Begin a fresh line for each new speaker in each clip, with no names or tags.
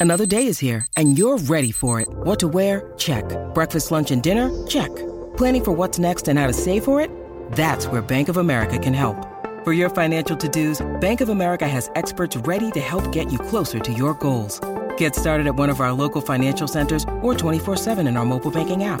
Another day is here, and you're ready for it. What to wear? Check. Breakfast, lunch, and dinner? Check. Planning for what's next and how to save for it? That's where Bank of America can help. For your financial to dos, Bank of America has experts ready to help get you closer to your goals. Get started at one of our local financial centers or 24-7 in our mobile banking app.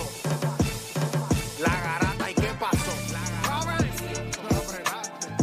La garata, ¿y qué pasó? Lo apretaste.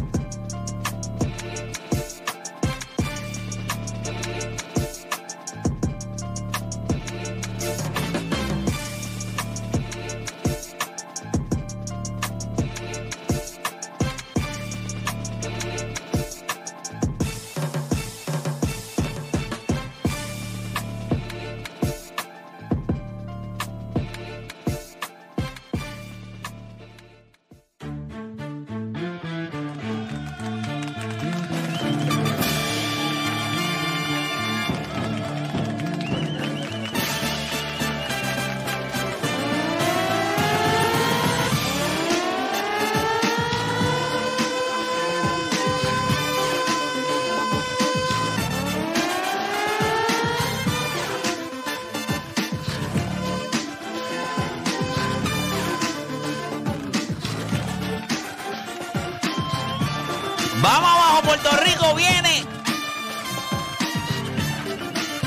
Vamos abajo, Puerto Rico viene.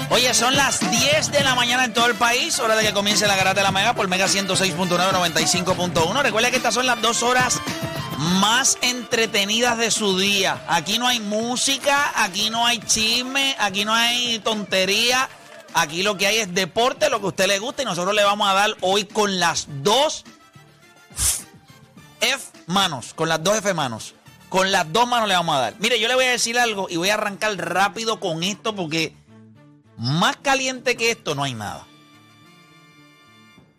Oye, son las 10 de la mañana en todo el país, hora de que comience la garata de la Mega por Mega 106.995.1. Recuerda que estas son las dos horas más entretenidas de su día. Aquí no hay música, aquí no hay chisme, aquí no hay tontería. Aquí lo que hay es deporte, lo que a usted le gusta y nosotros le vamos a dar hoy con las dos F manos, con las dos F manos. Con las dos manos le vamos a dar. Mire, yo le voy a decir algo y voy a arrancar rápido con esto porque más caliente que esto no hay nada.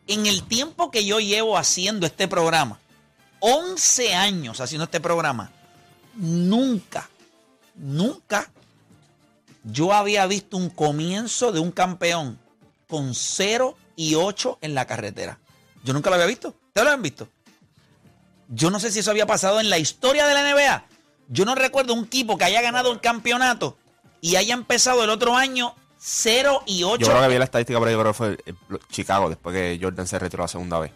En el tiempo que yo llevo haciendo este programa, 11 años haciendo este programa, nunca, nunca yo había visto un comienzo de un campeón con 0 y 8 en la carretera. Yo nunca lo había visto. ¿Ustedes lo han visto? Yo no sé si eso había pasado en la historia de la NBA. Yo no recuerdo un equipo que haya ganado un campeonato y haya empezado el otro año 0 y 8.
Yo creo que vi la estadística por ahí, creo que fue eh, Chicago, después que Jordan se retiró la segunda vez.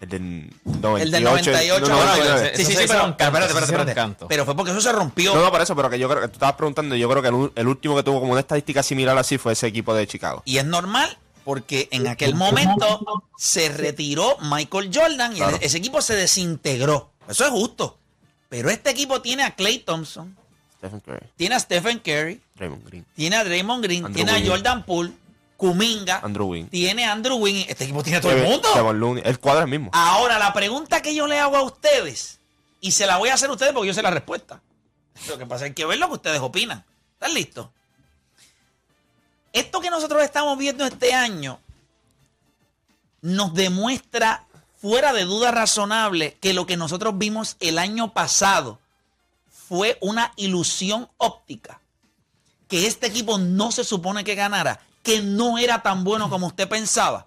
El del 98.
El del 98.
No, no,
bueno,
no, no,
sí, sí,
se
sí,
hizo
pero,
un canto,
pero espérate,
eso se
espérate,
hizo un
espérate.
canto.
Pero fue porque eso se rompió.
no, no, por eso, pero que yo creo que tú estabas preguntando, yo creo que el, u- el último que tuvo como una estadística similar así fue ese equipo de Chicago.
Y es normal porque en aquel momento se retiró Michael Jordan y
Claro.
ese equipo se desintegró. Eso es justo. Pero este equipo tiene a Clay Thompson,
Stephen Curry,
tiene a Stephen Curry,
Draymond Green,
tiene a Draymond Green,
Andrew
tiene
Wiggins.
a Jordan Poole, Kuminga,
Andrew Wynn.
tiene a Andrew Wiggins. Este equipo tiene a todo el mundo. Ah,
Kevin Looney. El cuadro es el mismo.
Ahora, la pregunta que yo le hago a ustedes, y se la voy a hacer a ustedes porque yo sé la respuesta. Lo que pasa es que ver lo que ustedes opinan. ¿Están listos? Esto que nosotros estamos viendo este año nos demuestra, fuera de duda razonable, que lo que nosotros vimos el año pasado fue una ilusión óptica. Que este equipo no se supone que ganara, que no era tan bueno como usted pensaba.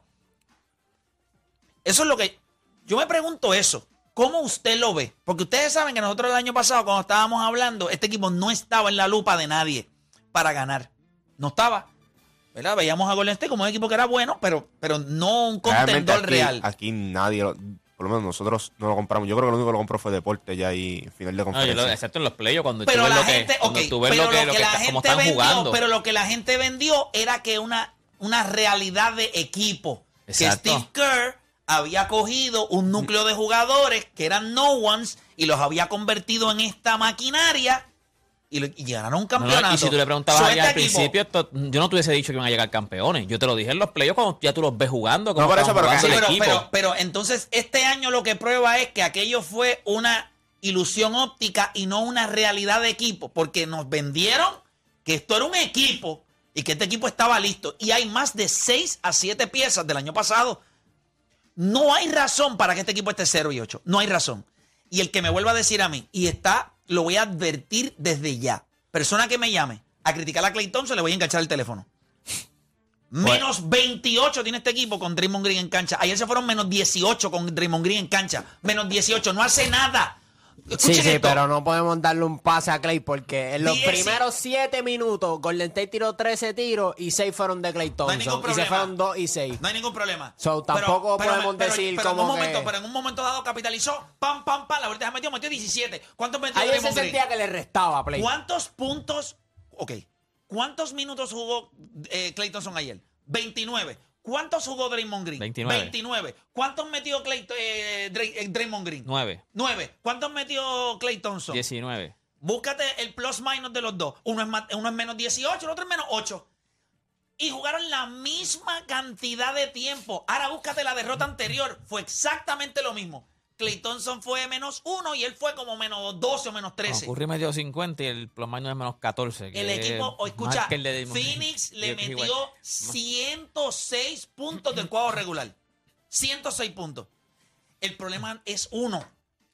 Eso es lo que. Yo me pregunto eso. ¿Cómo usted lo ve? Porque ustedes saben que nosotros el año pasado, cuando estábamos hablando, este equipo no estaba en la lupa de nadie para ganar. No estaba. ¿Verdad? Veíamos a Golden State como un equipo que era bueno, pero, pero no un
Realmente
contendor
aquí,
real.
Aquí nadie, lo- por lo menos nosotros no lo compramos. Yo creo que lo único que lo compró fue Deporte ya ahí, final de
No, yo
conferencia.
lo- excepto en los playoffs cuando
pero
tú ves
la
lo que,
gente,
cuando
ok,
tú ves
pero
lo que, lo que está- cómo están
vendió,
jugando.
pero lo que la gente vendió era que una, una realidad de equipo.
Exacto.
Que Steve Kerr había cogido un núcleo de jugadores que eran no ones y los había convertido en esta maquinaria y, lo- y llegaron a un
No, no,
campeonato.
y si tú le preguntabas
So,
a
este
al
equipo-
principio, esto- yo no te hubiese dicho que iban a llegar campeones. Yo te lo dije en los playoffs cuando ya tú los ves jugando. Como
por eso, pero
Sí,
que-
pero, pero- pero entonces este año lo que prueba es que aquello fue una ilusión óptica y no una realidad de equipo, porque nos vendieron que esto era un equipo y que este equipo estaba listo. Y hay más de 6 a 7 piezas del año pasado. No hay razón para que este equipo esté 0 y 8. No hay razón. Y el que me vuelva a decir a mí, y está, lo voy a advertir desde ya. Persona que me llame a criticar a Clay Thompson, le voy a enganchar el teléfono. Menos 28 tiene este equipo con Draymond Green en cancha. Ayer se fueron menos 18 con Draymond Green en cancha. Menos 18, no hace nada.
Sí,
Escuchen
sí,
esto.
pero no podemos darle un pase a Clay porque en los
Dieci-
primeros 7 minutos Golden State tiró 13 tiros y 6 fueron de Clay
hay
Thompson.
ningún
y se
problema.
fueron 2 y 6.
No hay ningún problema.
So, tampoco podemos decir
pero en un
como
momento,
que-
Pero en un momento dado capitalizó, pam, pam, pam, la vuelta se metió, metió 17. ¿Cuántos metió
Ayer se
Draymond Green?
sentía que le restaba a Clay.
¿Cuántos puntos? Ok. ¿Cuántos minutos jugó eh, Clay Thompson ayer? 29. ¿Cuántos jugó Draymond Green?
29.
29. ¿Cuántos metió Clay, eh, Dray- eh, Draymond Green?
9,
9. ¿Cuántos metió Clay Thompson?
19.
Búscate el plus minus de los dos. Uno es, más- uno es menos 18, el otro es menos 8. Y jugaron la misma cantidad de tiempo. Ahora búscate la derrota anterior. Fue exactamente lo mismo. Clay Thompson fue menos 1 y él fue como menos 12 o menos 13.
Curry me dio 50 y el Plomaño es menos 14. que
El
es
equipo, o
Eh, más
escucha,
que el de Draymond Green.
Phoenix le
Yo- yo igual.
metió 106 puntos del cuadro regular. 106 puntos. El problema es uno.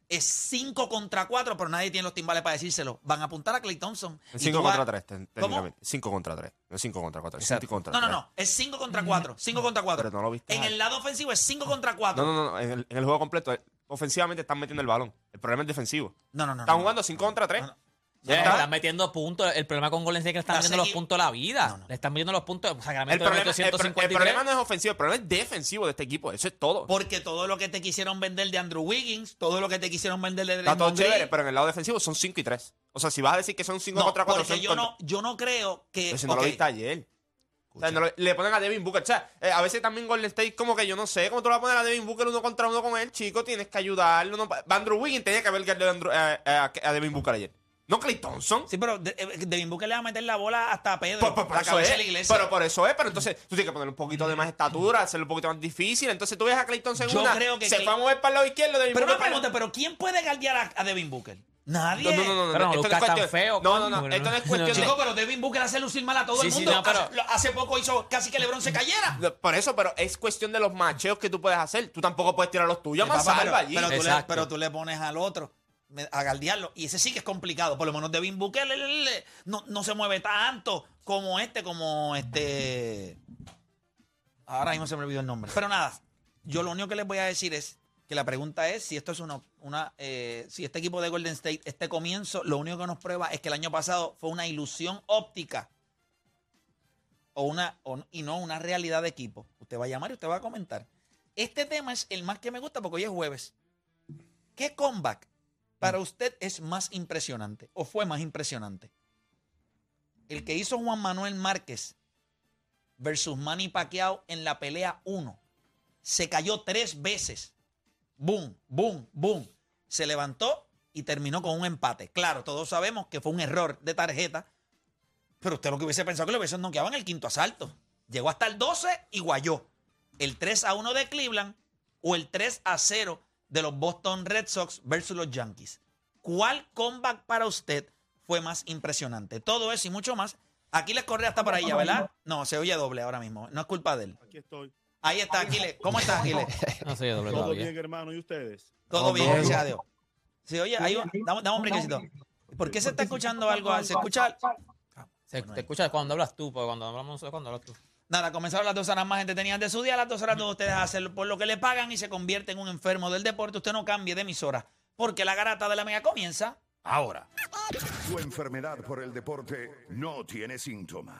Es 5 contra 4, pero nadie tiene los timbales para decírselo. Van a apuntar a Clay Thompson. y
5
tú vas-
contra 3,
¿Cómo?
técnicamente. 5 contra 3. No 5 contra 4.
Exacto.
5 contra
No, no,
tres.
no. Es 5 contra 4. 5 contra 4.
Pero no lo viste
En
ahí.
el lado ofensivo es 5 contra 4.
No, no, no. En el, en el juego completo, eh, ofensivamente están metiendo el balón. El problema es defensivo.
No, no, no,
Están
no.
jugando 5 contra 3.
No, no.
No,
Ya
no,
está.
están metiendo puntos. El problema con Golden State es que le están
La
metiendo
serie-
los puntos a la vida.
No, no.
Le están metiendo los puntos.
El
Sacramento le
problema,
metió
el pro- el
153.
problema no es ofensivo, el problema es defensivo de este equipo. Eso es todo.
Porque todo lo que te quisieron vender de Andrew Wiggins, todo lo que te quisieron vender de
Está todo
Draymond
chévere,
Green.
pero en el lado defensivo son 5 y 3. O sea, si vas a decir que son 5
No,
contra 4,
porque yo no, yo no creo que...
Pero si no
ok.
lo viste ayer. O sea, no lo- le ponen a Devin Booker. O sea, eh, a veces también Golden State, como que yo no sé, cómo tú le vas a poner a Devin Booker uno contra uno con él, chico, tienes que ayudarlo. No, pa- Andrew Wiggins tenía que haber guardado a Andrew- eh, eh, a, a Devin Booker ayer. No Clay Thompson.
Sí, pero de- eh, Devin Booker le va a meter la bola hasta a Pedro.
Por, por- por
la
eso
cabeza
es.
de la iglesia.
Pero por eso es. Pero entonces tú tienes que poner un poquito de más estatura, hacerlo un poquito más difícil. Entonces tú ves a Clay Thompson en
Yo
una,
creo que
se
Klay-
fue a mover para el lado izquierdo. Devin
Pero
Booker
una
para el-
pregunta, ¿pero quién puede galdear a, a Devin Booker? Nadie.
No, no, no, no, no,
Pero no
esto no
buscas
es
tan
cuestión-
feo,
No, no, no,
coño,
esto no es
no,
cuestión de-
Chico, pero Devin Booker hace lucir mal a todo el
Sí, sí,
mundo.
no, pero-
hace, lo- hace poco hizo casi que LeBron se cayera.
No, Por eso, pero es cuestión de los macheos que tú puedes hacer. Tú tampoco puedes tirar los tuyos.
Eh, papá,
Más salva
pero,
allí.
pero tú le,
Exacto.
pero tú le pones al otro me- a galdearlo. Y ese sí que es complicado. Por lo menos Devin Booker le- le- le- no, no se mueve tanto como este, como este. Ahora mismo se me olvidó el nombre. Pero nada, yo lo único que les voy a decir es que la pregunta es si esto es una, una eh, si este equipo de Golden State, este comienzo, lo único que nos prueba es que el año pasado fue una ilusión óptica o una, o- y no una realidad de equipo. Usted va a llamar y usted va a comentar. Este tema es el más que me gusta porque hoy es jueves. ¿Qué comeback para usted es más impresionante o fue más impresionante? El que hizo Juan Manuel Márquez versus Manny Pacquiao en la pelea 1. Se cayó tres veces. Boom, boom, boom. Se levantó y terminó con un empate. Claro, todos sabemos que fue un error de tarjeta, pero usted lo que hubiese pensado que lo hubiesen noqueado en el quinto asalto. Llegó hasta el 12 y guayó. El 3 a 1 de Cleveland o el 3 a 0 de los Boston Red Sox versus los Yankees. ¿Cuál comeback para usted fue más impresionante? Todo eso y mucho más. Aquí les corre hasta para allá, ¿verdad? No, se oye doble ahora mismo. No es culpa de él.
Aquí estoy.
Ahí está, Aquiles. ¿Cómo estás, Aquiles?
No sé, yo doble
Todo
todavía.
bien, hermano. ¿Y ustedes?
Todo bien, gracias a Dios. Sí, oye, ahí, va- dame, dame un brinquecito. ¿Por qué se está escuchando algo? ¿Se escucha? Ah,
Se- te escuchas cuando hablas tú, porque cuando hablamos nosotros, cuando hablas tú.
Nada, comenzaron las dos horas más entretenidas de su día. Las dos horas donde ustedes hacen por lo que le pagan y se convierte en un enfermo del deporte. Usted no cambie de emisora, porque la garata de la mega comienza ahora.
Tu enfermedad por el deporte no tiene síntomas,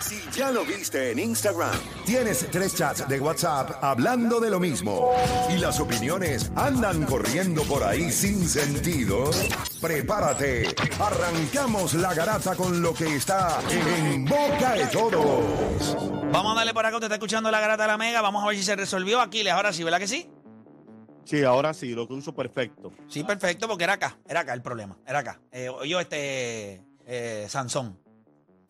Si ya lo viste en Instagram, tienes tres chats de WhatsApp hablando de lo mismo y las opiniones andan corriendo por ahí sin sentido, prepárate. Arrancamos la garata con lo que está en boca de todos.
Vamos a darle por acá, usted está escuchando la garata de la mega, vamos a ver si se resolvió Aquiles, ahora sí, ¿verdad que sí?
Sí, ahora sí, lo cruzo perfecto.
Sí, perfecto, porque era acá, era acá el problema, era acá. Eh, yo, este, eh, Sansón,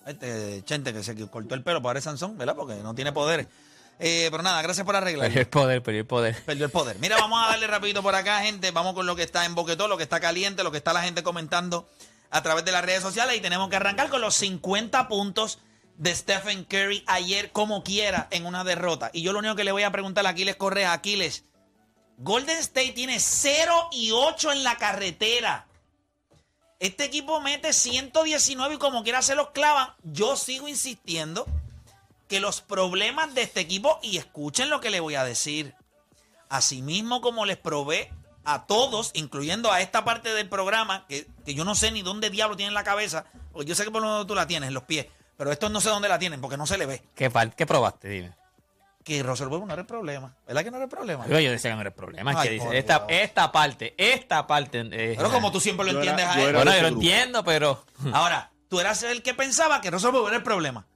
este Chente que se cortó el pelo, para es Sansón, ¿verdad? Porque no tiene poderes. Eh, pero nada, gracias por arreglar.
Perdió el poder, perdió el poder.
Perdió el poder. Mira, vamos a darle rapidito por acá, gente. Vamos con lo que está en Boquetó, lo que está caliente, lo que está la gente comentando a través de las redes sociales. Y tenemos que arrancar con los 50 puntos de Stephen Curry ayer, como quiera, en una derrota. Y yo lo único que le voy a preguntar a Aquiles Correa, Aquiles, Golden State tiene 0 y 8 en la carretera. Este equipo mete 119 y como quiera se los clavan. Yo sigo insistiendo que los problemas de este equipo, y escuchen lo que les voy a decir, asimismo como les probé a todos, incluyendo a esta parte del programa, que, que yo no sé ni dónde diablo tienen la cabeza, porque yo sé que por lo menos tú la tienes, en los pies, pero estos no sé dónde la tienen, porque no se le ve.
¿Qué, fal- qué probaste? Dime.
Que Russell Westbrook no era el problema, ¿verdad que no era el problema?
Yo, yo decía que no era el problema. es
Ay,
que dice,
por
esta,
Dios.
esta parte, esta parte. eh,
Pero como tú siempre lo
Yo era-
entiendes a
yo
él.
era-
Bueno,
de
yo lo
ese grupo.
entiendo, pero.
Ahora, tú eras el que pensaba que Russell Westbrook era el problema.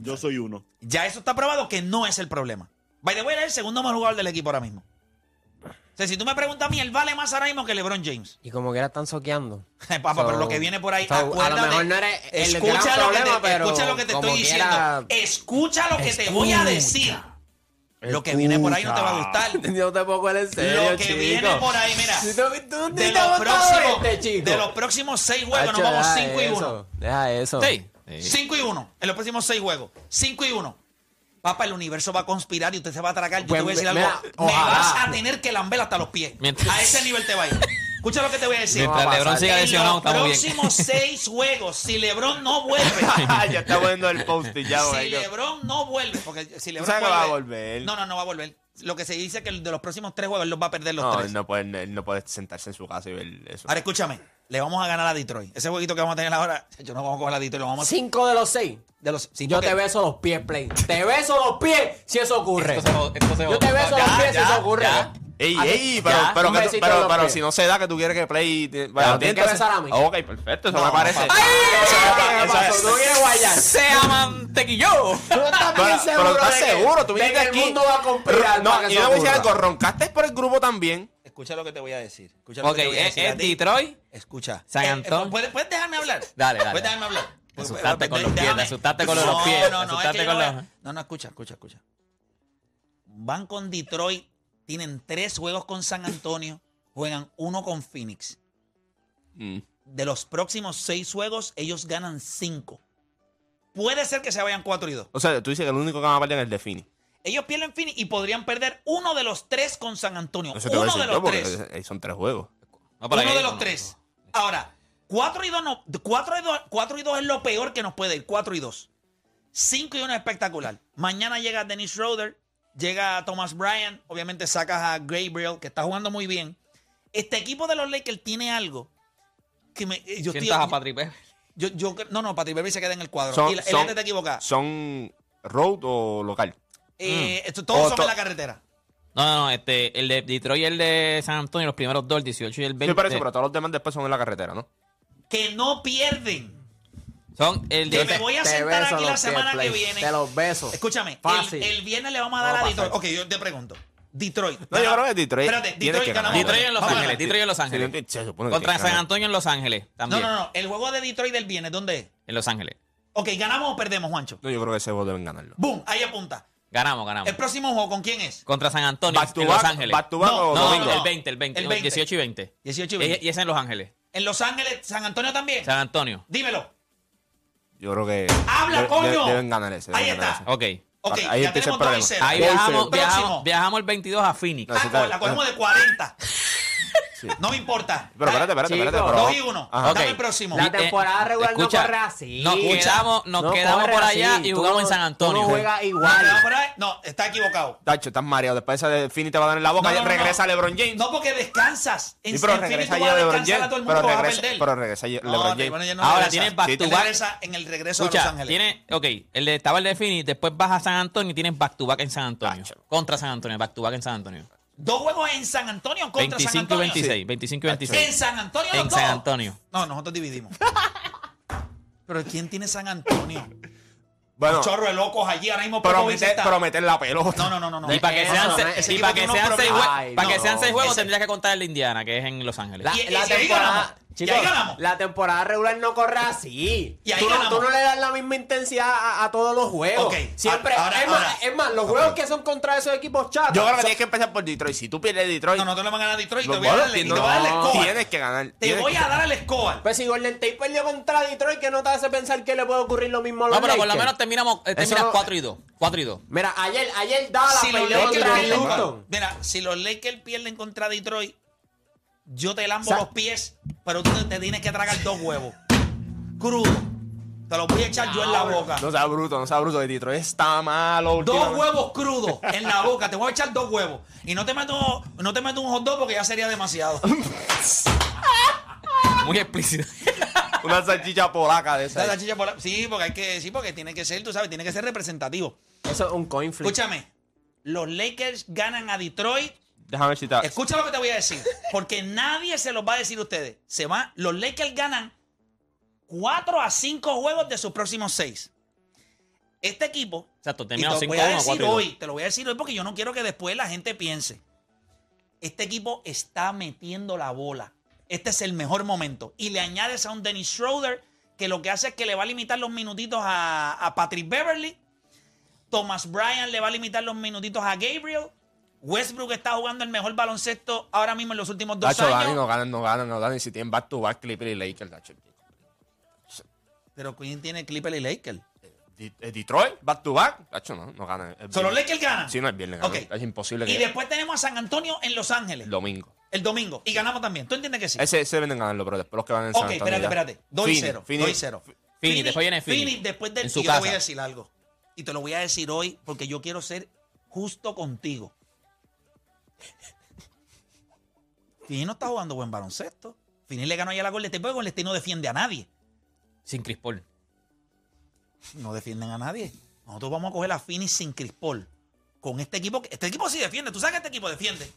Yo soy uno.
Ya eso está probado que no es el problema. By the way, era el segundo mejor jugador del equipo ahora mismo. O sea, si tú me preguntas a mí, él vale más ahora mismo que LeBron James.
Y como quiera están soqueando.
Papá,
So,
pero lo que viene por ahí,
so,
acuérdate.
a lo mejor no eres el
escucha,
gran
lo que
problema,
te,
pero
escucha lo que te
como
estoy
quiera-
diciendo. Escucha lo que te voy a decir. Lo que viene por ahí no te va a gustar.
Yo te pongo el
Lo que viene por ahí, mira.
Si tú- tú- tú
De
te
los,
has votado
próximos,
este, chico.
de los próximos seis juegos, nos vamos 5 y 1.
Deja eso.
Sí. sí.
5 y 1 en los próximos 6 juegos. 5 y 1. Papá, el universo va a conspirar y usted se va a atracar. Yo
Pues,
te voy a decir
me-
algo.
mira,
me
ojalá.
vas a tener que lamber hasta los pies.
Mientras-
A ese nivel te va a ir. Escucha lo que te voy a decir.
No va a
Mientras Lebron
pasar.
siga
en
lesionado,
los
estamos bien.
próximos 6 juegos, si Lebron no vuelve.
Ah, ya está bueno el post y ya,
si
güey.
LeBron no vuelve, porque si LeBron
sabes que
vuelve,
va a volver.
No, no, no va a volver. Lo que se dice es que de los próximos 3 juegos él los va a perder los
No,
3.
él no puede, él no puede sentarse en su casa y ver eso.
Ahora escúchame, le vamos a ganar a Detroit. Ese jueguito que vamos a tener ahora, yo no vamos a coger a Detroit, lo vamos a
Cinco de los seis.
de los sí,
Yo
porque-
te beso los pies, Play. Te beso los pies si eso ocurre.
Esto se va- esto se va-
Yo te beso
Ya,
los pies
ya,
si eso ocurre.
ya.
Ey,
Así-
ey,
ya,
pero, pero,
un
que tú-
besito
pero,
en los
pero
pies.
si no se da que tú quieres que play. te-
lo tienes que
entonces-
besar a mí.
Ok, perfecto, eso
No,
me
no,
parece.
papá.
¡Ay!
Eso me-
¿Qué
eso
pasó?
es-
¿Tú quieres guayar?
Sea mantequillo.
Tú estás bien
Pero-
seguro
pero estás
de que-
seguro, tú
de
viniste
que
aquí.
el mundo va a comprar.
No, y yo voy a decir algo, roncaste por el grupo también.
Escucha lo que te voy a decir. Escucha lo
Ok,
que te
eh,
voy a
es,
decir a
es
ti.
Detroit.
Escucha.
San
Eh, eh,
Antón.
¿puedes, puedes dejarme hablar?
Dale, dale.
Puedes dejarme Pues hablar.
Te asustaste con los pies, te
Déjame.
asustaste con los
No,
pies,
No,
te
no, es
asustaste
que yo
con
no,
los-
voy a- no, no, escucha, escucha, escucha. Van con Detroit, tienen tres juegos con San Antonio, juegan uno con Phoenix.
Mm.
De los próximos seis juegos, ellos ganan cinco. Puede ser que se vayan cuatro y dos.
O sea, tú dices que el único que va a perder es el de Fini.
Ellos pierden Phoenix y podrían perder uno de los tres con San Antonio.
Eso te voy a
uno de
decir yo,
los
porque
tres.
eh, son tres juegos.
No, por
Uno
ahí,
de los
no.
tres. Ahora, 4 y 2 no, 4 y 2, y dos es lo peor que nos puede ir, 4 y 2. 5 y 1 es espectacular. Mañana llega Dennis Schroeder, llega Thomas Bryan, obviamente sacas a Gabriel, que está jugando muy bien. Este equipo de los Lakers tiene algo que me, eh, yo, estoy,
Sientas a Patrick Beverly.
yo, yo- no, no, Patrick Beverly se queda en el cuadro.
Son-
y la- el
son-
gente está equivocada.
¿Son road o local?
Eh,
mm.
esto- todos son
Otro-
en la carretera.
No, no, no, este, el de Detroit y el de San Antonio, los primeros dos, el 18 y el 20.
Sí, parece, pero todos los demás después son en la carretera, ¿no?
Que no pierden.
Son el
Que me
de.
voy a sentar aquí la semana que viene.
Te los beso.
Escúchame, el,
Fácil.
el viernes le vamos a dar
No
a
va a
Detroit. Ok,
pasar.
yo te pregunto. Detroit.
No, yo creo que Detroit
Espérate,
tiene
Detroit
que
ganamos.
ganar.
Detroit en Los
Vamos a ver.
Ángeles, Detroit en Los Ángeles.
Se supone que
Contra
tiene que
San
ganar.
Antonio en Los Ángeles,
No,
también.
no, no. El juego de Detroit del viernes, ¿dónde es?
En Los Ángeles.
Ok, ganamos o perdemos, Juancho.
No, yo creo que ese juego deben ganarlo.
Boom, ahí apunta.
Ganamos, ganamos.
El próximo juego, ¿con quién es?
Contra San Antonio,
Back to
en Los
back,
Ángeles.
back to back
No,
o
No,
domingo.
no, el 20, el 20,
El
el
20.
18 y 20.
18 y
Y-
20.
Y, es en Los Ángeles.
En Los Ángeles, San Antonio también.
San Antonio.
Dímelo.
Yo creo que.
Habla,
de-
coño.
de- deben ganar ese.
Ahí
deben ganar
está.
ese.
Ok.
Ok,
Ahí
ya
empieza
tenemos dos
el problema.
y cero.
Ahí
Bolser.
viajamos,
Próximo.
viajamos, viajamos el 22 a Phoenix.
No,
Ah,
eso está-
la cogemos de 40. No me importa.
Pero espérate, espérate,
Chico,
espérate. pero-
Dos y uno.
Ajá.
Dame
Ok.
el próximo.
La
Y te-
temporada regular no corre así.
Nos escuchamos, nos
No
quedamos
corre
por allá
así.
y
Tú
jugamos
no-
en San Antonio.
Tú no juegas
Ah,
igual.
¿le vamos a poner? No, está equivocado.
Tacho, estás mareado. Después esa de Fini te va a dar en la boca.
No, no, no,
regresa
no.
LeBron James.
No, porque descansas. En
Sí, pero
en fin,
regresa
tú vas
ya
a
LeBron
descansar
James.
a todo el mundo,
Pero
vas a
regresa,
perder.
pero regresa ya-
No,
LeBron
bueno, ya
James.
no
Ahora
regresa.
tienes back
Él
to back.
regresa en el regreso a Los
Escucha,
Ángeles.
tiene, ok, el de estaba el de Fini, después vas a San Antonio y tienes back to back en San Antonio. Contra San Antonio, back to back en San Antonio.
Dos juegos en San Antonio contra
25
San
y
Antonio.
26, 25 y
En
26.
San Antonio.
En
los
San
dos?
Antonio.
No, nosotros dividimos. pero ¿quién tiene San Antonio?
Bueno,
Un chorro de locos allí ahora mismo.
pero
Popovich
meter,
está-
pero meter la pelota.
No, no, no, no. no.
Y para que
Eso,
sean,
no,
se-
ese
y
equipo
para que
tiene
sean
unos
seis
problemas.
juegos,
Ay,
para que
no,
sean seis juegos
ese-
tendrías que contar el de Indiana, que es en Los Ángeles.
La,
Y- y
la
si ahí
temporada,
ganamos, y
chicos,
ahí ganamos.
la temporada regular no corre así.
Y ahí
tú, no,
ganamos.
tú no le das la misma intensidad a, a todos los juegos.
Ok,
Siempre.
ahora-
es,
ahora-
Más, es más, los juegos que son contra esos equipos chatos.
Yo creo que
son-
tienes que empezar por Detroit. Si tú pierdes Detroit,
No, no te lo van a ganar a Detroit.
los
te voy a dar
bolos-
y te
no,
voy a dar la escoba.
tienes que ganar.
Te
tienes
voy
que-
a dar el escoba.
Pues si Golden State perdió contra Detroit, que no te hace pensar que le puede ocurrir lo mismo a los
No, pero por lo
Lakers?
menos terminamos, eh, terminas
no-
4 y 2. 4 y 2.
Mira, ayer, ayer Dallas
Si los
perdió
Lakers
contra
pierden-
Houston.
Mira, si los Lakers pierden contra Detroit, yo te lambo
Sa-
los pies, pero tú te, te tienes que tragar dos huevos. Crudo. Te los voy a echar yo en la boca.
No sea bruto, no sea bruto. de Detroit está malo.
Dos
últimamente.
huevos crudos en la boca. Te voy a echar dos huevos. Y no te meto, no te meto un hot dog porque ya sería demasiado.
Muy explícito.
Una salchicha polaca de
Esa
esa.
salchicha por la- Sí, porque hay que, sí, porque tiene que ser, tú sabes, tiene que ser representativo.
Eso es un coin flip.
Escúchame, los Lakers ganan a Detroit.
Déjame ver si está.
Escucha lo que te voy a decir, porque nadie se los va a decir a ustedes. Se va, los Lakers ganan 4 a 5 juegos de sus próximos 6. Este equipo,
Exacto,
y te
terminamos
lo
5
voy
a
a
1, 4
decir
y 2.
hoy, te lo voy a decir hoy porque yo no quiero que después la gente piense. Este equipo está metiendo la bola. Este es el mejor momento. Y le añades a un Dennis Schroeder que lo que hace es que le va a limitar los minutitos a, a Patrick Beverly. Thomas Bryan le va a limitar los minutitos a Gabriel. Westbrook está jugando el mejor baloncesto ahora mismo en los últimos dos
Tacho, Dani,
años.
no ganan, no ganan, no ganan. Y si tienen back to back, Clipper y Lakers, tacho.
Pero ¿quién tiene Clipper y Lakers?
Di- eh, Detroit, back to back. Tacho, no, no ganan. Es
¿Solo
viernes.
Lakers ganan?
Sí, no es viernes.
Ok.
ganan. Es imposible que
Y después tenemos a San Antonio en Los Ángeles
el domingo.
el domingo. Y ganamos también. ¿Tú entiendes que sí?
Ese, ese venden ganarlo, pero después los que van en San
Ok,
Antonio
espérate,
ya.
espérate. 2 y
Fini,
0.
Fini,
2 y 0.
Fini, después viene Fini.
después del.
En su
y yo te
casa.
voy a decir algo. Y te lo voy a decir hoy porque yo quiero ser justo contigo. Fini no está jugando buen baloncesto. Fini le ganó ya la Golden State porque Golden State no defiende a nadie.
Sin Chris Paul.
No defienden a nadie. Nosotros vamos a coger a Fini sin Crispol. Con este equipo. que- Este equipo sí defiende. Tú sabes que este equipo defiende.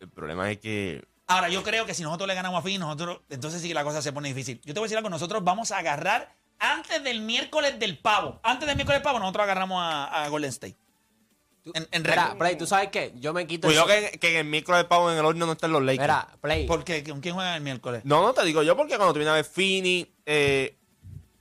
El problema es que
Ahora, yo creo que si nosotros le ganamos a Phoenix, nosotros, entonces sí que la cosa se pone difícil. Yo te voy a decir algo, nosotros vamos a agarrar antes del miércoles del pavo. Antes del miércoles del pavo, nosotros agarramos a, a Golden State. En, en
Mira,
récord.
Play, ¿tú sabes qué? Yo me quito
Cuidado
el...
que, que en el micro de pavo en el horno no estén los Lakers.
Mira, Play,
¿Por qué? ¿Con quién juegan el miércoles?
No, no te digo yo porque cuando tú vienes a ver Fini. Eh,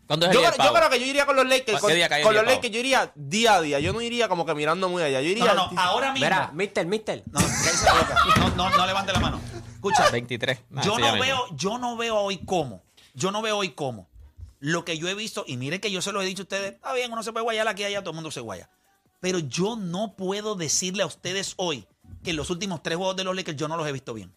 ¿Cuándo
yo,
es el día
creo,
del
yo
pavo?
creo que yo iría con los Lakers.
¿Qué
Con,
día cae el
con
día
los
del pavo?
Lakers yo iría día a día. Yo no iría como que mirando muy allá. Yo
No,
iría.
no, no, ahora mismo.
mira, mister, mister.
No, cállese la boca. no, no, no levante la mano. Escucha,
23. Nah,
yo
Ah, sí,
no
ya mismo.
veo, yo no veo hoy cómo. Yo no veo hoy cómo. Lo que yo he visto, y mire que yo se lo he dicho a ustedes, está bien, uno se puede guayar aquí allá, todo el mundo se guaya. Pero yo no puedo decirle a ustedes hoy que los últimos tres juegos de los Lakers yo no los he visto bien.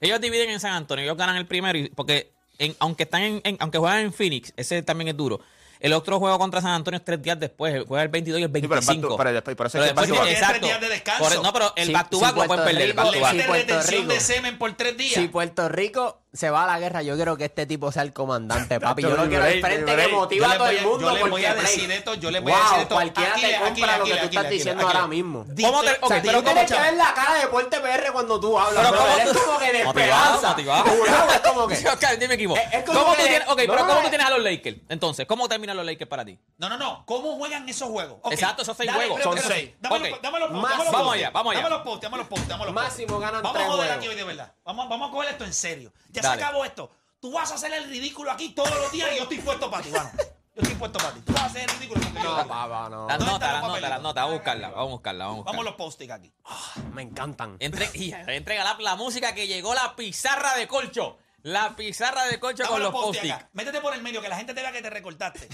Ellos dividen en San Antonio, ellos ganan el primero, y- porque en- aunque están en, en- aunque juegan en Phoenix, ese también es duro. El otro juego contra San Antonio es tres días después, juega el 22 y el
pero es
25.
back to- pero después- por eso es que
después
back to
tiene-
back.
exacto.
Tres días de descanso.
Por el- no, pero el
Sí,
back to back
sí,
lo pueden
Puerto
perder. El
Rico,
back to
Le
back.
sí,
meten
Puerto
retención
Rico.
de semen por tres días.
Si Puerto Rico se va a la guerra, yo quiero que este tipo sea el comandante, papi. Yo lo
Yo
quiero al
le-
frente
yo le-
que motiva a
yo
todo
le voy
el
a-
mundo.
yo le voy a
porque, Blake,
decir esto, yo le voy a decir
wow,
esto.
cualquiera
Aquí,
te
aquí,
compra lo
aquí,
que tú
aquí,
estás
aquí,
diciendo
aquí.
ahora mismo.
¿Cómo te-
O sea,
ok,
tú
pero
tienes
cómo-
que ver la cara de Deporte PR cuando tú hablas.
Pero
Pero
cómo-
es como que de
Motivado,
esperanza.
motivado.
Jurado, es como que...
Oscar, dime equipo.
Es- es como
¿Cómo
que-
tú tienes, ok,
no,
pero
no,
¿cómo tú
es-
tienes a los Lakers? Entonces, ¿cómo terminan los Lakers para ti?
No, no, no. ¿Cómo juegan esos juegos? Ok,
Exacto, esos seis
dale,
juegos.
espérate,
Son
espérate.
seis.
Dame
Ok.
los- dame los
Más-
postes, dame los
vamos
postes.
allá, vamos allá.
Dame los postes, dame los postes, dame los postes.
Máximo ganan
Vamos
tres
a joder
juegos.
aquí hoy de verdad. Vamos, vamos a coger esto en serio. Ya
Dale.
se acabó esto. Tú vas a hacer el ridículo aquí todos los días y yo estoy puesto para ti, mano. Yo estoy puesto para ti. Tú vas a hacer el ridículo porque yo
No,
digo.
papá, no.
Las
¿Dónde
notas,
están
las
los
notas, las
papelitos?
notas. Vamos a buscarlas, vamos a buscarlas, vamos a
Vamos
buscarlas.
los postes aquí.
Me encantan.
Entre, hija, entrega la, la música que llegó la pizarra de colcho. La pizarra de colcho
Dame
con los
postes
post-it.
acá. Métete por el medio que la gente te vea que te recortaste.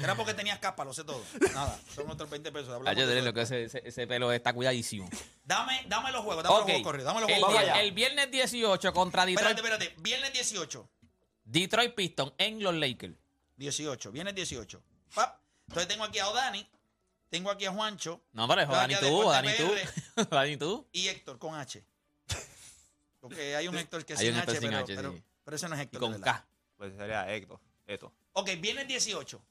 Era porque tenías capa, lo sé todo. Nada, son otros 20 pesos. hablamos
Ay, yo
de
diré
eso
lo que ese, ese- ese pelo está cuidadísimo.
Dame, dame los juegos, dame
Ok.
los juegos corridos, dame los
el,
juegos
die-
corridos.
el viernes 18 contra Detroit,
Espérate, espérate. Viernes 18.
Detroit Pistons en los Lakers.
18. Viernes 18. Pap. Entonces tengo aquí a Odani, tengo aquí a Juancho
No, pero es
Claro,
Dani
ya
tú,
después
Dani
de
tú. Dani tú.
y Héctor con H. Porque hay un Héctor que es
Hay
sin,
un Héctor
H,
sin
pero,
H,
pero-
sí.
pero ese no es
Y
Héctor. de
con
verdad.
K.
Pues sería Héctor. Esto.
Ok, viernes 18.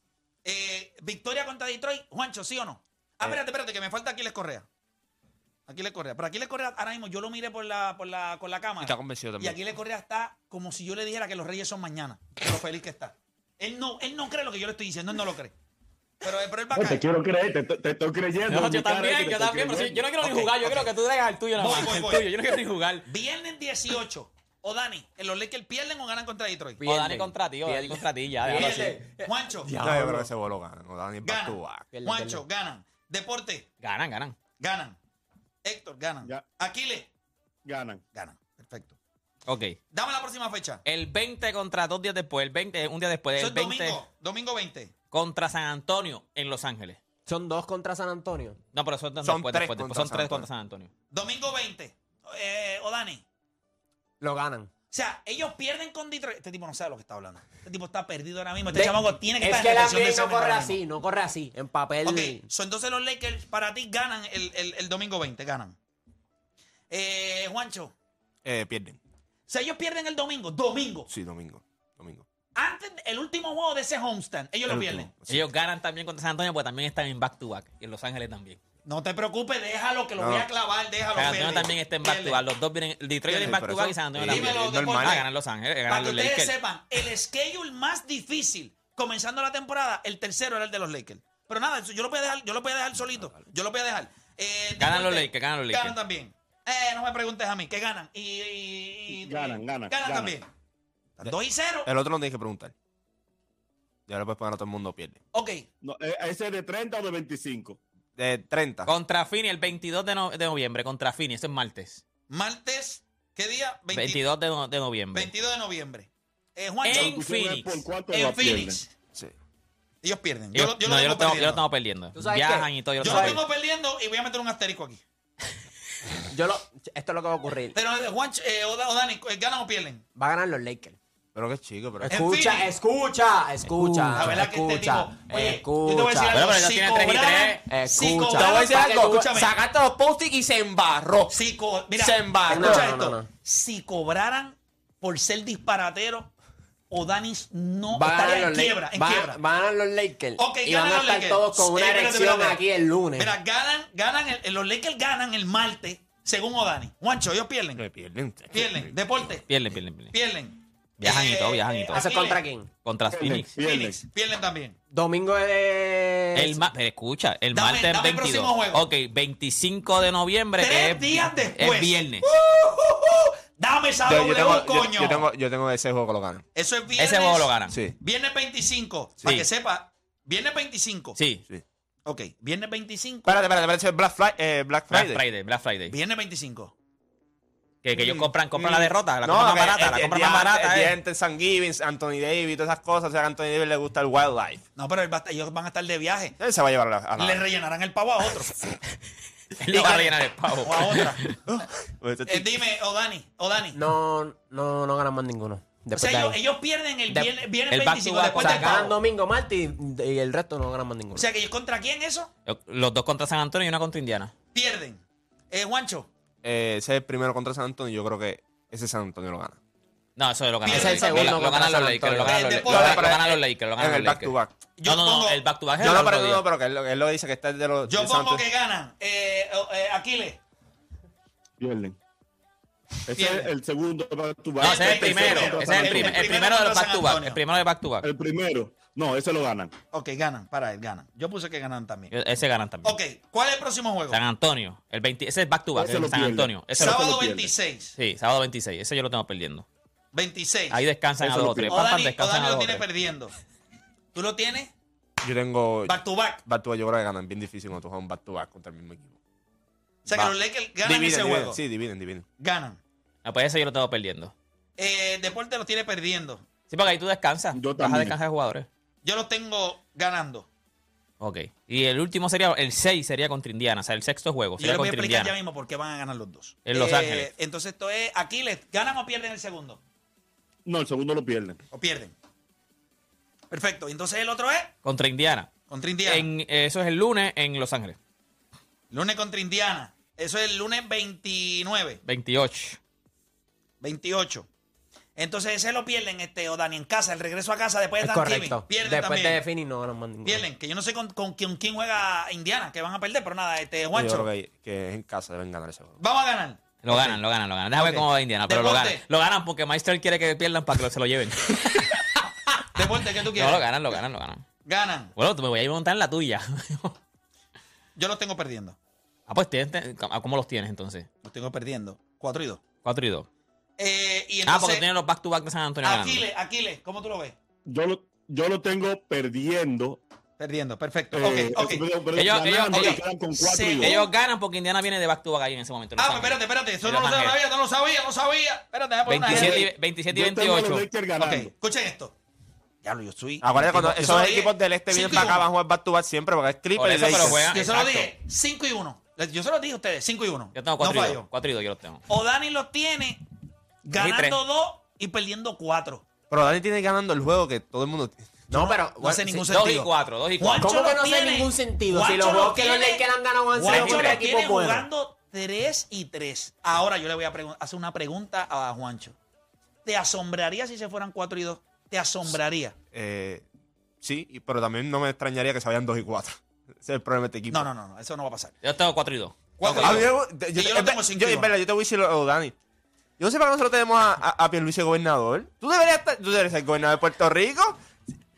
Eh, victoria contra Detroit. Juancho, ¿sí o no? Ah,
Eh.
espérate, espérate, que me falta Aquiles Correa. Aquiles Correa. Pero Aquiles Correa, ahora mismo yo lo miré por la, por la, con la cámara.
Está convencido
Y
también.
Aquiles Correa está como si yo le dijera que los Reyes son mañana. De lo feliz que está. Él no, él no cree lo que yo le estoy diciendo, él no lo cree. Pero, pero él va a
te
caer.
quiero creer, te, te- te estoy creyendo.
No,
en mi
yo
cara es que
también,
te
yo
estoy
también, pero sí,
creyendo.
yo no quiero
Ok,
ni jugar, yo
ok.
quiero que tú traigas el tuyo nada
Voy,
más,
voy,
el
voy.
tuyo, yo no quiero ni jugar.
Viernes 18. O Dani, en los Lakers pierden o ganan contra Detroit.
O Dani contra ti, o Dani
Pierden.
contra ti, ya, déjalo así.
Pierde. Juancho,
No, yo creo que ese vuelo gana. No, Dani, back
gana.
to back.
Pierde,
Juancho, ganan. Deporte,
Ganan, ganan.
ganan. Héctor, ganan.
Ya.
Aquiles,
Ganan.
ganan. Perfecto.
Ok.
Dame la próxima fecha.
El 20 contra dos días después, el 20, un día
Eh,
después,
Eso
el
es
20
domingo. Domingo 20.
contra San Antonio en Los Ángeles.
Son dos contra San Antonio.
No, pero son,
Son
después,
tres
después, después,
contra
son
San
tres
Antonio.
contra San Antonio.
Domingo 20. Eh, o Dani.
Lo ganan.
O sea, ellos pierden con Detroit. Este tipo no sabe lo que está hablando. Este tipo está perdido ahora mismo. Este
De-
chamaco tiene que
es
estar
que
en
la
depresión de
NBA no
examen
corre
ahora mismo.
así, no corre así. En papel.
Ok, so entonces los Lakers para ti ganan el, el- el domingo 20, ganan. Eh, Juancho, o
Eh, pierden.
sea, ellos pierden el domingo, domingo.
Sí, domingo. Domingo.
Antes, el último juego de ese homestand, ellos lo
El
pierden.
último.
Ellos ganan también contra San Antonio, porque también están en back to back. Y en Los Ángeles también.
No te preocupes, déjalo, que lo
No.
voy a clavar, déjalo.
San Antonio
pierde.
también está en back to
Pierde.
back. Los dos vienen. Detroit viene en back
pero
to back
eso-
y San Antonio
Sí,
también.
dímelo,
Es normal.
deporte.
Ah, ganan Los Ángeles,
Para
ganan
que
los
ustedes
Lakers.
sepan, el schedule más difícil comenzando la temporada, el tercero era el de los Lakers. Pero nada, eso yo lo voy a dejar, yo lo voy a dejar solito. Yo lo voy a dejar. Eh,
Ganan los
deporte,
Lakers, ganan los
Ganan
Lakers.
también. Eh, no me preguntes a mí, que ganan. Y, y- y-
Ganan, ganan,
Ganan
ganan.
también. 2 y 0.
El otro no tienes que preguntar. Ya lo puedes poner a todo el mundo pierde.
Ok.
No, eh, ese es de 30 o de 25.
De 30.
Contra Fini el 22 de, no- de noviembre. Contra Fini, eso es martes.
Martes, ¿qué día? 20
22 de, no- de noviembre.
22 de noviembre. Eh, Juancho,
En
Tú sabes
Phoenix.
¿Por cuánto
en
la pierden.
Phoenix.
Sí.
Ellos pierden. Yo,
Yo,
lo- yo
no,
lo
yo, lo
tengo
tengo, yo lo
perdiendo.
tengo perdiendo.
¿Tú sabes
Viajan
qué?
y todo. Yo,
Yo
lo
lo
tengo
tengo perdiendo y voy a meter un asterisco aquí.
Yo lo, esto es lo que va a ocurrir.
Pero eh, Juancho, eh, o, o Dani, eh, ¿ganan o pierden?
Va a ganar los Lakers.
Pero qué chico, pero.
Escucha,
Phoenix.
escucha, escucha.
La verdad que este tipo.
Ah, escucha,
Oye,
escucha.
yo te voy a decir algo.
Bueno, pero ya tiene tres y
cobraran-
tres.
si
Escucha.
cobraran
Te voy a decir
para que
algo.
tú- escúchame,
Sacaste los post y se embarró.
si co- mira,
Se embarró.
Escucha
No, no,
esto.
no, no.
Si cobraran por ser disparatero, o Danis no
Van a ganar
estaría en
los
quiebra.
Lakers.
En
Van-
quiebra.
van a ganar los Lakers.
Ok,
y
ganan
van a
los
estar
Lakers.
todos con una
Eh, espérate,
erección
espérate.
aquí el lunes.
Mira, ganan, ganan, el- los Lakers ganan el martes, según O'Dani. Juancho, ellos pierden.
Me pierden.
Pierden. Deporte,
Pierden, pierden, pierden.
pierden.
Viajan y todo, viajan y todo.
¿Eso es
Aquiles,
contra quién?
Contra Phoenix.
Pierden.
Phoenix, pierden también.
Domingo es.
El ma- pero escucha, el
Dame-
martes
dame el
22.
próximo juego.
Ok, 25 de noviembre. que
Tres
es-
días después. Uh.
Es viernes.
Uh-huh.
Dame esa
Yo, yo
doble,
tengo,
un coño.
yo, yo tengo, yo tengo ese juego que lo ganan.
Eso es viernes.
Ese juego lo ganan.
Sí.
Viernes 25, para
Sí.
que sepa. Viernes 25.
Sí.
Sí.
Ok, viernes 25.
Espérate, espérate, espérate. ese es Black, Fri- eh, Black
Black
Friday.
Friday, Black Friday.
Viernes 25.
Que, que ellos compran, compran la derrota, la
No,
compran
que
más barata,
el-
la
el
compran
día
más
antes- El día
barata. eh.
antes San Givens, Anthony Davis, todas esas cosas. O sea, que a Anthony Davis le gusta el wildlife.
No, pero él va a estar- ellos van a estar de viaje.
Él se va a llevar a la. a la-
Le rellenarán el pavo a otro.
Él no va a rellenar el pavo.
o a otra.
Este
Eh, dime, o Dani, o Dani.
No, no, no ganan más ninguno.
o sea,
Después de
ellos,
ahí.
ellos pierden el
De-
viernes, viernes
el back to
25
back,
después
o sea,
del
ganan
pavo.
domingo, martes y, y el resto no ganan más ninguno.
O sea, que ¿contra quién eso?
Los dos contra San Antonio y una contra Indiana.
Pierden. Eh, Juancho,
Eh, ese es el primero contra San Antonio. Yo creo que ese San Antonio lo gana.
No, eso lo ganan.
Ese es el
Lo-
segundo
Lo,
contra
ganan los
San
Lakers,
Antonio.
lo ganan los
Eh,
Lakers.
después-
Lo
No,
ganan-
pero
lo ganan
es-
los Lakers, lo
en
ganan
el
los Lakers.
back-to-back.
Yo
No, no, no,
pongo-
el back to back es
Yo
el
no,
otro
pero,
día.
no, pero que él, lo- él lo dice que está de los.
yo
de San
pongo
Antonio.
que ganan. Eh, o- eh, Aquiles.
Pierden. Ese
Pierden.
es el segundo back to back.
No, ese es
tercero,
el primero. Ese es el
el
primero. El
primero
primero de los
contra
back
San
to back.
Antonio.
El primero de back to back.
El primero. No, ese lo ganan.
Ok, ganan, para él, ganan. Yo puse que ganan también.
E-, Ese ganan también.
Ok, ¿cuál es el próximo juego?
San Antonio. El 20, ese es back to back.
Ese lo
San
pierde.
Antonio. Ese lo-
Sábado
lo pierde.
26.
sí, sábado 26. Ese yo lo tengo perdiendo.
26.
Ahí descansan
Ese
a
lo
dos o tres.
pierde.
Pam, pam,
O'Dani,
descansan
O'Dani
a
lo
dos o
tiene
tres.
perdiendo. ¿Tú lo tienes?
Yo tengo.
Back to back.
Back to back, yo creo que ganan. Bien difícil cuando tú juegas un back to back contra el mismo equipo.
O sea, que
Va.
los Lakers ganan ese
dividen.
juego.
Sí, dividen, dividen.
Ganan.
Ah, pues ese yo lo tengo perdiendo.
Eh, Deporte los tiene perdiendo.
Sí, porque ahí tú descansas.
Yo
Vas a
también.
descansar de jugadores.
Yo los tengo ganando.
Ok. Y el último sería, el 6 sería contra Indiana, o sea, el sexto juego
Yo
sería
les voy a
contra
explicar ya
Indiana.
mismo por qué van a ganar los dos. Eh,
En Los Ángeles.
Entonces esto es, Aquiles, ¿ganan o pierden el segundo?
No, el segundo lo pierden.
¿O pierden? Perfecto. Entonces el otro es
Contra Indiana.
contra Indiana.
En- eh, eso es el lunes en Los Ángeles,
Lunes contra Indiana. Eso es el lunes 29,
28.
28. Entonces ese lo pierden, este, o Dani, en casa, el regreso a casa después de
Es
Thanksgiving.
correcto.
Pierden
Después
también.
de definir no ganan más ninguno.
Pierden, que yo no sé con, con quién, quién juega Indiana, que van a perder, pero nada, este Juancho.
Yo creo que, que en casa deben ganar ese juego.
Vamos a ganar.
Lo ganan, lo ganan, lo ganan. Déjame
Ok.
ver cómo va Indiana, pero lo
Deporte.
ganan. Lo ganan porque Maestro quiere que pierdan para que lo- se lo lleven.
Deporte, ¿qué tú
no,
quieres?
lo ganan, lo ganan, lo ganan.
Ganan.
Bueno, tú me voy a ir a montar en la tuya.
Yo los tengo perdiendo.
ah, pues tienes- te- ah, ¿cómo los tienes entonces?
Los tengo perdiendo. 4 y 2.
4 y 2.
Eh, y
Ah,
entonces, ah,
porque tienen los back-to-back de San Antonio ganando.
Aquiles, Aquiles, ¿cómo tú lo ves?
Yo lo, yo lo tengo perdiendo.
Perdiendo, perfecto.
eh,
ok, ok.
eso, perdón, perdón,
Ellos-
ganando,
ellos-
y quedan con cuatro
se-
y dos.
Ellos ganan porque Indiana viene de back-to-back ahí en ese momento. Los
Ah, pues
Ángeles.
espérate, espérate. Eso
Y
no
Los
lo
Ángeles.
sabía, no lo sabía, no sabía. Espérate, déjame poner una
27
gente.
y, 27 y
Yo tengo a los
28.
Lakers
Ok,
ganando.
escuchen esto. Ya lo, yo soy.
Acuérdate, cuando
Yo
esos
solo dije
equipos del este vienen
cinco y
para acá, van a
uno.
jugar back to back siempre, porque es
Por
triple y
eso, pero
Lakers.
juegan-
Yo solo
Exacto.
dije 5 y 1. Yo solo dije a ustedes 5 y 1.
Yo tengo
no
4 y 2.
fallo.
4 y 2 yo los tengo.
O Dani los tiene
tres.
ganando 2 y perdiendo 4.
Pero Dani tiene ganando el juego que todo el mundo tiene.
No, pero.
No hace ningún
sí,
sentido.
dos y cuatro, dos y cuatro.
Juancho
¿Cómo que
lo
no hace
tiene-
ningún sentido? Si
Juancho
los juegos que los
tiene-
Lakers han ganado han sido
Juancho
contra
lo
equipos
tiene
buenos.
jugando 3 y 3. Ahora yo le voy a pregun- hacer una pregunta a Juancho. ¿Te asombraría si se fueran 4 y 2? ¿Te asombraría?
Eh, sí, y- pero también no me extrañaría que se vayan 2 y 4. Ese es el problema de este equipo.
No, no, no, no, eso no va a pasar.
Yo tengo 4 y 2.
Cuatro
Ah,
y dos.
yo, yo-
Y yo
yo-
lo
en
tengo
ver-
cinco
yo-
y
en
uno.
verdad, yo te voy a decir lo- lo, Dani. Yo no sé para qué nosotros tenemos a, a, a Pierluisi gobernador. Tú deberías estar- tú deberías ser gobernador de Puerto Rico.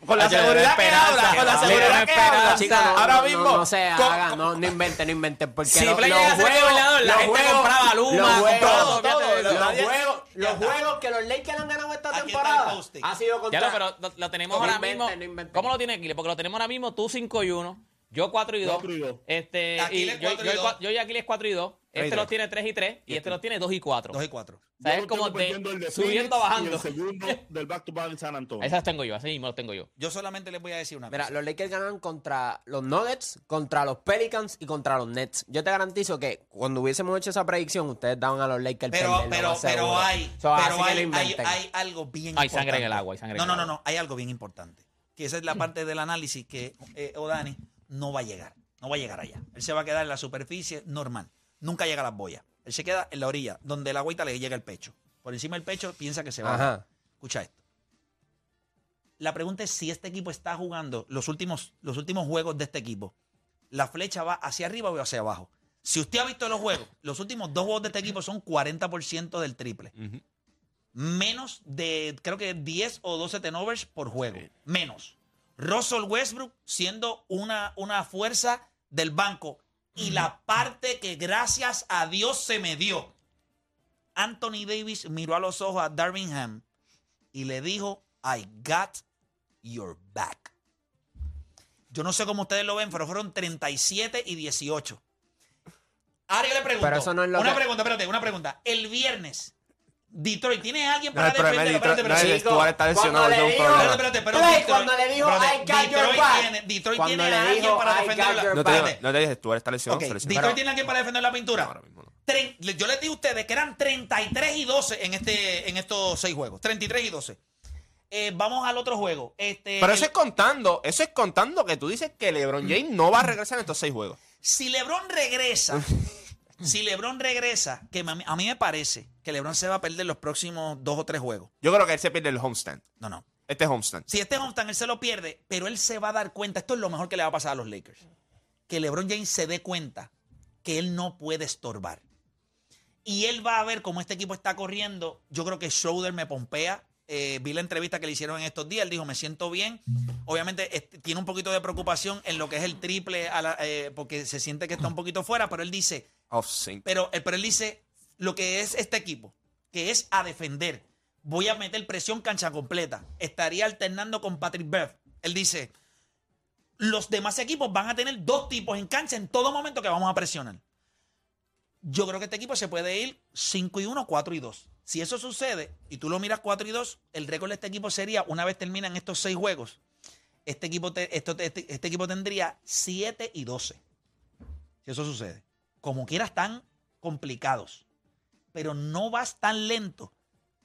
Con la
Ay, yo le doy
seguridad que
esperanza,
habla, con la
le doy
seguridad que
esperanza.
habla.
Chico,
Chicos, no,
Ahora
no,
mismo.
No, no se
con-
haga,
con-
no, no inventen, no inventen. Porque
Si
lo-
Play
los
llega a ser
juegos-
gobernador, la
los
gente
juegos-
compraba Luma,
los juegos-
compraba
todo,
todo,
todo,
todo.
Los
Nadie-
juegos- los juegos que los Lakers han ganado esta
Aquí está el
temporada
posting.
ha sido contra.
Ya lo, pero lo, lo tenemos
No
ahora
inventen,
mismo.
no inventen.
¿Cómo lo tiene Aquiles? Porque lo tenemos ahora mismo tú 5 y 1, yo 4 y 2.
Cuatro y dos.
Este, y
Aquiles
yo,
cuatro y
yo-
dos.
yo y Aquiles 4 y 2.
Tres y
Este
tres.
los tiene 3 y 3 y este los tiene 2 y 4.
2 y 4.
O sea,
Yo
es
lo
como
tengo
de-
perdiendo el de Phoenix
subiendo,
Y
bajando.
el segundo del back to back en San Antonio.
Esas tengo yo, así mismo los tengo yo.
Yo solamente les voy a decir una
Mira,
cosa.
los Lakers ganan contra los Nuggets, contra los Pelicans y contra los Nets. Yo te garantizo que cuando hubiésemos hecho esa predicción, ustedes daban a los
Pero,
Lakers perder, lo
pero,
más seguro.
pero hay,
So, así
pero
que
hay,
no
hay-
inventen.
hay algo bien importante.
Hay sangre en el agua, hay sangre en
No,
el
no, no,
agua.
no, hay algo bien importante. Que esa es la parte del análisis que eh, O'Dani no va a llegar. No va a llegar allá. Él se va a quedar en la superficie normal. Nunca llega a las boyas. Él se queda en la orilla, donde la agüita le llega el pecho. Por encima del pecho piensa que se va.
Ajá.
Escucha esto. La pregunta es si este equipo está jugando los últimos, los últimos juegos de este equipo. La flecha va hacia arriba o hacia abajo. Si usted ha visto los juegos, los últimos dos juegos de este equipo son 40% del triple.
Ujú.
Menos de, creo que 10 o 12 tenovers por juego. Menos. Russell Westbrook siendo una, una fuerza del banco. Y la parte que gracias a Dios se me dio. Anthony Davis miró a los ojos a Darvingham y le dijo, I got your back. Yo no sé cómo ustedes lo ven, pero fueron 37 y 18. Ahora yo le pregunto.
Pero eso no es lo
una
que-
pregunta, espérate, una pregunta. El viernes, Detroit, ¿tiene alguien
No,
para
el problema es
defenderlo? Espérate,
Detroit.
espérate,
No, el Stuart está lesionado.
cuando
eso es
le
un
digo-
problema.
Espérate, espérate, pero
Play,
Detroit-
cuando le dijo,
espérate,
"I got your
Detroit
back".
tiene- Detroit
Cuando
tiene
le
a alguien
dijo,
para
"I got
defender la-
your
No te digo,
Espérate.
no te digas, Stuart está lesionado.
Ok,
se lesionó.
Detroit tiene alguien para defender la pintura.
Ahora mismo no.
Tre- le- yo les dije a ustedes que eran 33 y 12 en, este, en estos seis juegos. 33 y 12. Eh, vamos al otro juego. Este,
Pero
el-
eso es contando, eso es contando que tú dices que LeBron James no va a regresar en estos seis juegos.
Si LeBron regresa, si LeBron regresa, que a mí, a mí me parece que LeBron se va a perder los próximos dos o tres juegos.
Yo creo que él se pierde el homestand.
No, no.
Este es homestand.
Si este homestand él se lo pierde, pero él se va a dar cuenta. Esto es lo mejor que le va a pasar a los Lakers. Que LeBron James se dé cuenta que él no puede estorbar. Y él va a ver cómo este equipo está corriendo. Yo creo que Schroeder me pompea. Eh, vi la entrevista que le hicieron en estos días. Él dijo, me siento bien. Obviamente este, tiene un poquito de preocupación en lo que es el triple, a la- eh, porque se siente que está un poquito fuera, pero él dice,
Off sync.
pero, eh, pero él dice lo que es este equipo, que es a defender. Voy a meter presión cancha completa. Estaría alternando con Patrick Bev. Él dice, los demás equipos van a tener dos tipos en cancha en todo momento que vamos a presionar. Yo creo que este equipo se puede ir 5 y 1, 4 y 2. Si eso sucede y tú lo miras 4 y 2, el récord de este equipo sería, una vez terminan estos seis juegos, este equipo, te- esto- este, este equipo tendría 7 y 12. Si eso sucede. Como quiera, están complicados. Pero no vas tan lento.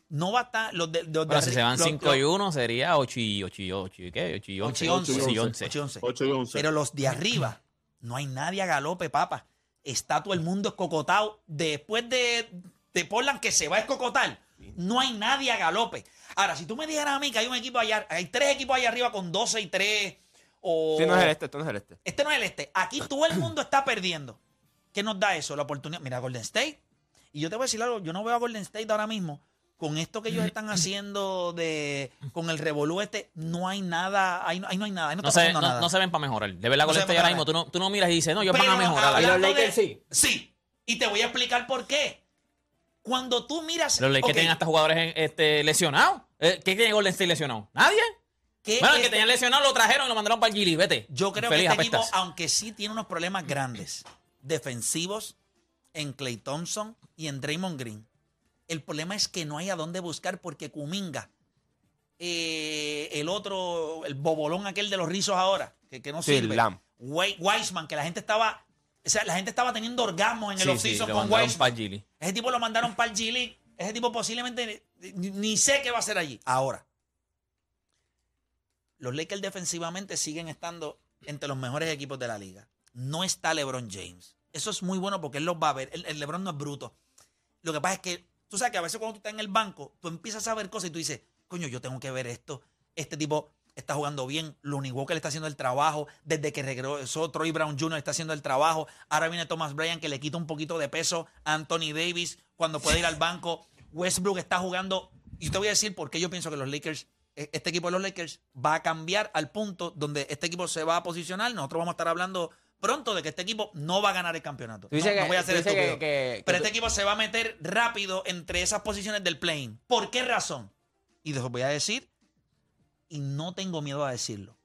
No va tan. Los de, los de
Pero si
arri-
se van
los-
5 y 1 sería 8 y 8 y 8 y ¿qué? 8 y 11.
8 y 11.
8
11.
y 11.
8 y 11.
Pero los de arriba, no hay nadie a galope, papa. Está todo el mundo escocotado. Después de, de Portland que se va a escocotar, no hay nadie a galope. Ahora, si tú me dijeras a mí que hay un equipo allá, hay tres equipos allá arriba con 12 y 3, o...
Sí, no es el este, esto no es el este.
Este no es el este. Aquí todo el mundo está perdiendo. ¿Qué nos da eso? La oportunidad. Mira, Golden State. Y yo te voy a decir algo. Yo no veo a Golden State ahora mismo. Con esto que ellos
Mm.
están haciendo de con el revolú este, no hay nada. Ahí no, ahí no hay nada. Ahí no,
No
está
se,
pasando
no,
nada.
no se ven para mejorar. De verdad,
No
con
se
esto
ven
ya ahora
para
mismo tú no, tú no miras y dices, no, ellos van a
Pero
mejorar.
Y los
hablando
Lakers sí.
Sí. Y te voy a explicar por qué. Cuando tú miras.
Los Lakers
ok,
tienen hasta jugadores en- este, lesionados. Eh, ¿Qué tiene Golden State lesionado? Nadie.
¿qué
Bueno, el que
este-
tenían lesionado lo trajeron y lo mandaron para el Gili. Vete.
Yo creo
Feliz,
que este equipo,
apestas.
aunque sí tiene unos problemas grandes defensivos en Clay Thompson y en Draymond Green, el problema es que no hay a dónde buscar porque Kuminga, eh, el otro, el bobolón aquel de los rizos ahora, que, que no
Sí,
sirve,
Lam.
Wei- Wiseman, que la gente estaba, o sea, la gente estaba teniendo orgasmos en el
Sí, sí,
oficio
lo
con
mandaron
Wiseman.
para el Gili.
Ese tipo lo mandaron para el G League. Ese tipo posiblemente ni, ni sé qué va a hacer allí. Ahora, los Lakers defensivamente siguen estando entre los mejores equipos de la liga. No está LeBron James. Eso es muy bueno porque él los va a ver. El, el LeBron no es bruto. Lo que pasa es que tú sabes que a veces cuando tú estás en el banco, tú empiezas a ver cosas y tú dices, coño, yo tengo que ver esto. Este tipo está jugando bien. Lonnie Walker le está haciendo el trabajo. Desde que regresó Troy Brown Jr. le está haciendo el trabajo. Ahora viene Thomas Bryan que le quita un poquito de peso. Anthony Davis cuando puede ir al banco. Westbrook está jugando. Y te voy a decir por qué yo pienso que los Lakers, eh, este equipo de los Lakers va a cambiar al punto donde este equipo se va a posicionar. Nosotros vamos a estar hablando pronto de que este equipo no va a ganar el campeonato.
Tú dices
no, no
que-
voy a ser
tú dices que-
estúpido.
que- que
Pero
tú-
este equipo se va a meter rápido entre esas posiciones del plane. ¿Por qué razón? Y les voy a decir, y no tengo miedo a decirlo.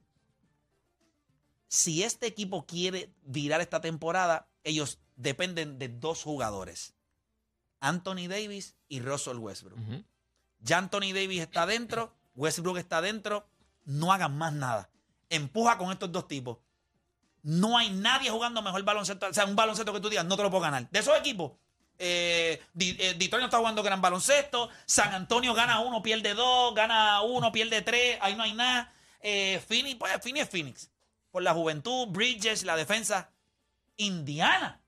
Si este equipo quiere virar esta temporada, ellos dependen de dos jugadores. Anthony Davis y Russell Westbrook.
Ujú.
Ya Anthony Davis está dentro, Westbrook está dentro, no hagan más nada. Empuja con estos dos tipos. No hay nadie jugando mejor baloncesto, o sea, un baloncesto que tú digas, no te lo puedo ganar. De esos equipos, eh, Di- eh, Detroit no está jugando gran baloncesto, San Antonio gana uno, pierde dos, gana uno, pierde tres, ahí no hay nada. Eh, Phoenix, pues Phoenix es Phoenix. Por la juventud, Bridges, la defensa. Indiana.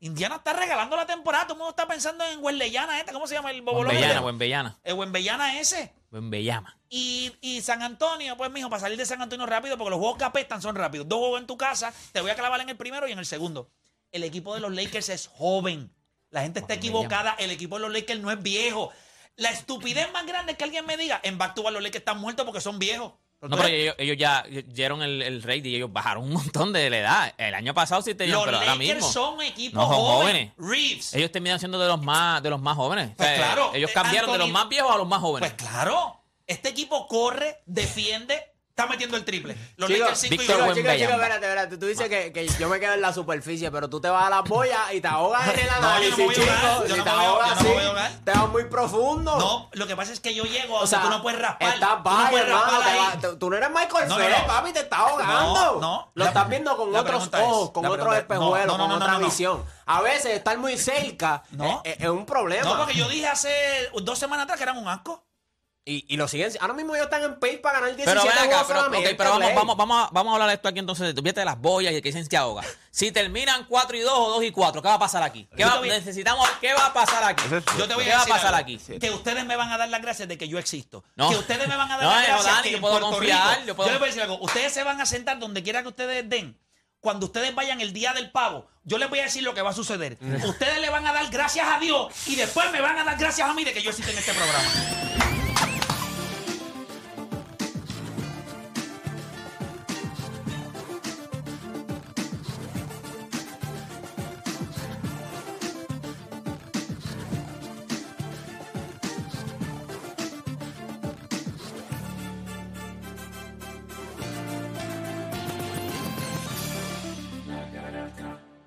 Indiana está regalando la temporada. Todo el mundo está pensando en Wesleyana, esta, ¿cómo se llama el bobolón? Este?
Bembellana, Bembellana.
Eh, Wembanyama ese.
Bembellama.
Y, y San Antonio, pues, mijo, para salir de San Antonio rápido, porque los juegos que apestan son rápidos. Dos juegos en tu casa, te voy a clavar en el primero y en el segundo. El equipo de los Lakers es joven. La gente está equivocada. El equipo de los Lakers no es viejo. La estupidez más grande es que alguien me diga, en back to back los Lakers están muertos porque son viejos.
No, pero ellos, ellos ya dieron el, el rating y ellos bajaron un montón de la edad. El año pasado sí tenían,
los
pero ahora
Lakers
mismo.
son equipos
No son
jóvenes.
jóvenes.
Reeves.
Ellos terminan siendo de los más, de los más jóvenes.
Pues claro,
Ellos
eh,
cambiaron de
Anthony-
los más viejos a los más jóvenes.
pues claro, este equipo corre, defiende, está metiendo el triple. Los
Chico,
Lakers 5 y
Víctor
Chico,
uno.
Wem-
chico, chico,
Wembanyama.
espérate, espérate. Tú dices que, que yo me quedo en la superficie, pero tú te vas a las boyas y te ahogas en el
no
análisis,
me voy a
chico.
ahogar, yo
Si
no
te
me voy a-
ahogas
yo no me
así,
voy a ahogar.
te vas muy profundo.
No, lo que pasa es que yo llego a
o
donde
sea,
tú no puedes raspar.
Estás
tú no
bajo,
puedes
hermano,
raspar
te
ahí.
va- tú- tú no eres Michael
No, no,
Phelps,
no.
papi, te estás ahogando.
No, no.
Lo
La-
estás viendo con
la
otros
pregunta es-
ojos, con
la
otros
pregunta- no, no,
espejuelos,
no,
con
no,
otra
no, no.
visión. A veces estar muy cerca eh,
No.
es, es- es un problema.
No, porque yo dije hace dos semanas atrás que eran un asco.
y, y lo siguen. Ahora mismo ellos están en pace para ganar 17
Pero ven acá,
juegos
pero, ok,
solamente,
pero vamos,
Blake.
vamos, vamos, a, vamos a hablar de esto aquí entonces. Viste de las boyas y que dicen se ahoga. Si terminan 4 y 2 o 2 y 4, ¿qué va a pasar aquí? ¿Qué
Yo
va-
te voy-
necesitamos, ¿qué va a pasar aquí?
Eso es
Yo te voy
¿Qué
a
va a
decir
pasar
algo.
aquí?
Que ustedes me van a dar las gracias de que yo existo.
No.
Que ustedes me van a dar
No,
las gracias
Dani,
que
yo
en
puedo
Puerto
confiar,
Rico-
yo puedo-
les voy a decir algo. Ustedes se van a sentar donde quiera que ustedes den. Cuando ustedes vayan el día del pavo, yo les voy a decir lo que va a suceder.
Mm.
ustedes le van a dar gracias a Dios y después me van a dar gracias a mí de que yo existo en este programa.